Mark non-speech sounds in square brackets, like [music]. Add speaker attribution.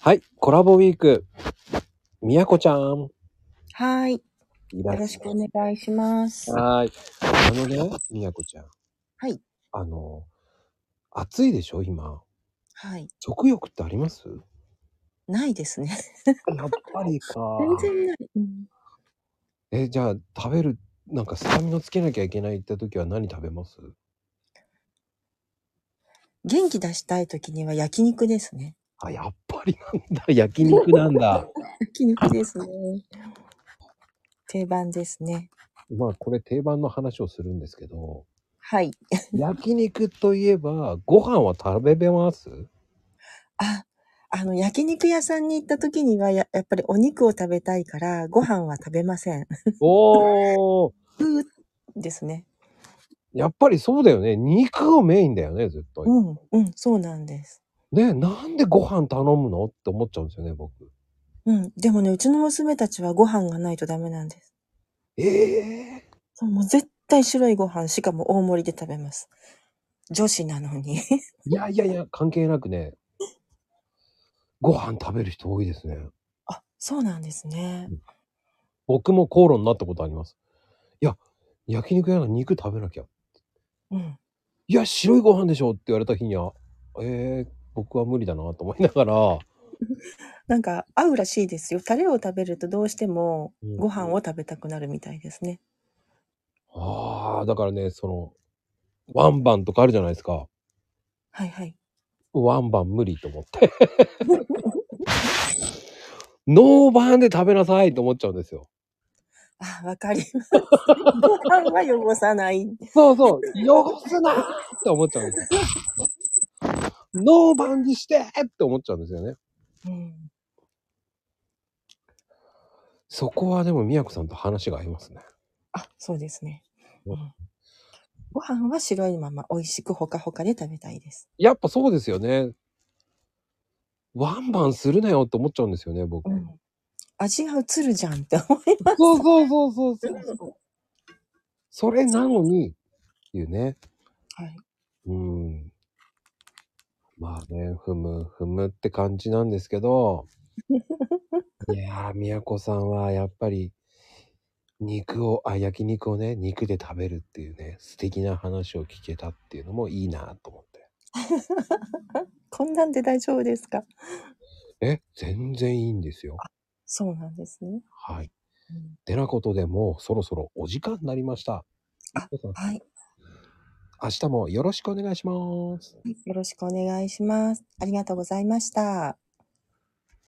Speaker 1: はい、コラボウィーク。みやこちゃん。
Speaker 2: はい。よ
Speaker 1: いらっ
Speaker 2: ろ
Speaker 1: し
Speaker 2: しくお願いします。
Speaker 1: ゃい。はーい。あのね、みやこちゃん。
Speaker 2: はい。
Speaker 1: あの、暑いでしょ、今。
Speaker 2: はい。
Speaker 1: 食欲ってあります
Speaker 2: ないですね。
Speaker 1: やっぱりか
Speaker 2: 全然ない。うん
Speaker 1: え、じゃあ、食べる、なんかスタミナつけなきゃいけないって時は何食べます
Speaker 2: 元気出したい時には焼肉ですね。
Speaker 1: あ、やっぱりなんだ。 [laughs] 焼肉なんだ。
Speaker 2: 焼肉ですね。定番ですね。
Speaker 1: まあ、これ定番の話をするんですけど、
Speaker 2: はい。
Speaker 1: 焼肉といえば、ご飯は食べれます [laughs]
Speaker 2: あ、あの、焼肉屋さんに行った時にはや、やっぱりお肉を食べたいから、ご飯は食べません。
Speaker 1: おー
Speaker 2: ふーですね。
Speaker 1: やっぱりそうだよね。肉をメインだよね、ずっと。
Speaker 2: うん、うん、そうなんです。
Speaker 1: ねなんでご飯頼むのって思っちゃうんですよね、僕。
Speaker 2: うん。でもね、うちの娘たちはご飯がないとダメなんです。
Speaker 1: ええ
Speaker 2: そう、もう絶対白いご飯、しかも大盛りで食べます。女子なのに。
Speaker 1: いやいやいや、関係なくね。ご飯食べる人多いですね。
Speaker 2: あ、そうなんですね。
Speaker 1: 僕も口論になったことあります。いや、焼肉屋の肉食べなきゃ。
Speaker 2: うん。
Speaker 1: いや、白いご飯でしょって言われた日には、ええ僕は無理だなと思いながら、
Speaker 2: なんか合うらしいですよ。タレを食べるとどうしても
Speaker 1: うん
Speaker 2: ご飯を食べたくなるみたいですね。
Speaker 1: ああ、だからね、その、ワンバンとかあるじゃないですか。
Speaker 2: はいはい。
Speaker 1: ワンバン無理と思って。ノーバンで食べなさいと思っちゃうんですよ。
Speaker 2: あ、わかり [laughs] ます。ご飯は汚さない。
Speaker 1: そうそう、汚すなーって思っちゃうんですよ。ノーバンにしてーって思っちゃうんですよね。
Speaker 2: うん。
Speaker 1: そこはでも、みやこさんと話が合いますね。
Speaker 2: あ、そうですね。
Speaker 1: うん
Speaker 2: うんご飯は白いまま美味しくほかほかで食べたいです。
Speaker 1: やっぱそうですよね。ワンバンするなよって思っちゃうんですよね、僕。
Speaker 2: うん。味が移るじゃんって思います。
Speaker 1: そうそうそうそうそうそう。それなのに、っていうね。
Speaker 2: はい。
Speaker 1: うん。まあね、ふむふむって感じなんですけど、いやー、みやこさんはやっぱり、肉を、あ、焼肉をね、肉で食べるっていうね、素敵な話を聞けたっていうのもいいなと思って。
Speaker 2: こんなんで大丈夫ですか
Speaker 1: え、全然いいんですよ。
Speaker 2: そうなんですね。
Speaker 1: はい。
Speaker 2: うん
Speaker 1: てなことでもうそろそろお時間になりました。みや
Speaker 2: あ
Speaker 1: こさん
Speaker 2: はい。
Speaker 1: 明日もよろしくお願いします。
Speaker 2: よろしくお願いします。ありがとうございました。